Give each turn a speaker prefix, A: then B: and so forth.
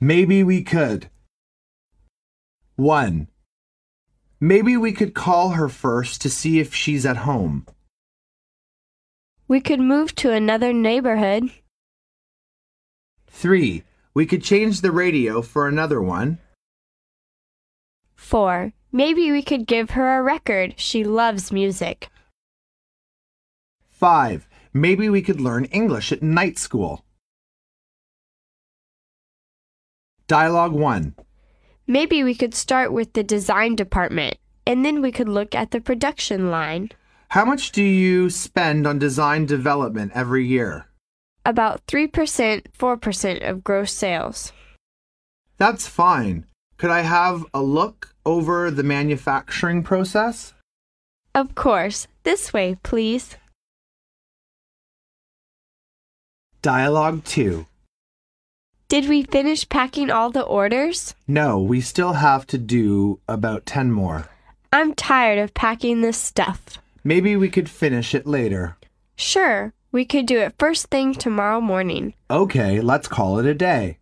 A: Maybe we could. 1. Maybe we could call her first to see if she's at home.
B: We could move to another neighborhood.
A: 3. We could change the radio for another one.
B: 4. Maybe we could give her a record. She loves music.
A: 5. Maybe we could learn English at night school. Dialogue 1.
B: Maybe we could start with the design department and then we could look at the production line.
A: How much do you spend on design development every year?
B: About 3%, 4% of gross sales.
A: That's fine. Could I have a look over the manufacturing process?
B: Of course. This way, please.
A: Dialogue 2.
B: Did we finish packing all the orders?
A: No, we still have to do about 10 more.
B: I'm tired of packing this stuff.
A: Maybe we could finish it later.
B: Sure, we could do it first thing tomorrow morning.
A: Okay, let's call it a day.